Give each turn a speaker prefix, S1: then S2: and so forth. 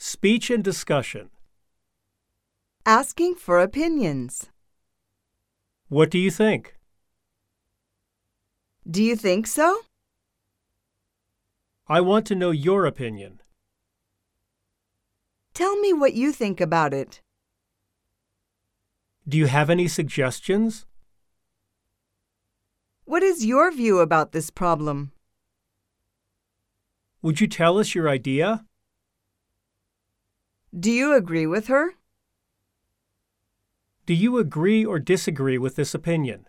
S1: Speech and discussion.
S2: Asking for opinions.
S1: What do you think?
S2: Do you think so?
S1: I want to know your opinion.
S2: Tell me what you think about it.
S1: Do you have any suggestions?
S2: What is your view about this problem?
S1: Would you tell us your idea?
S2: Do you agree with her?
S1: Do you agree or disagree with this opinion?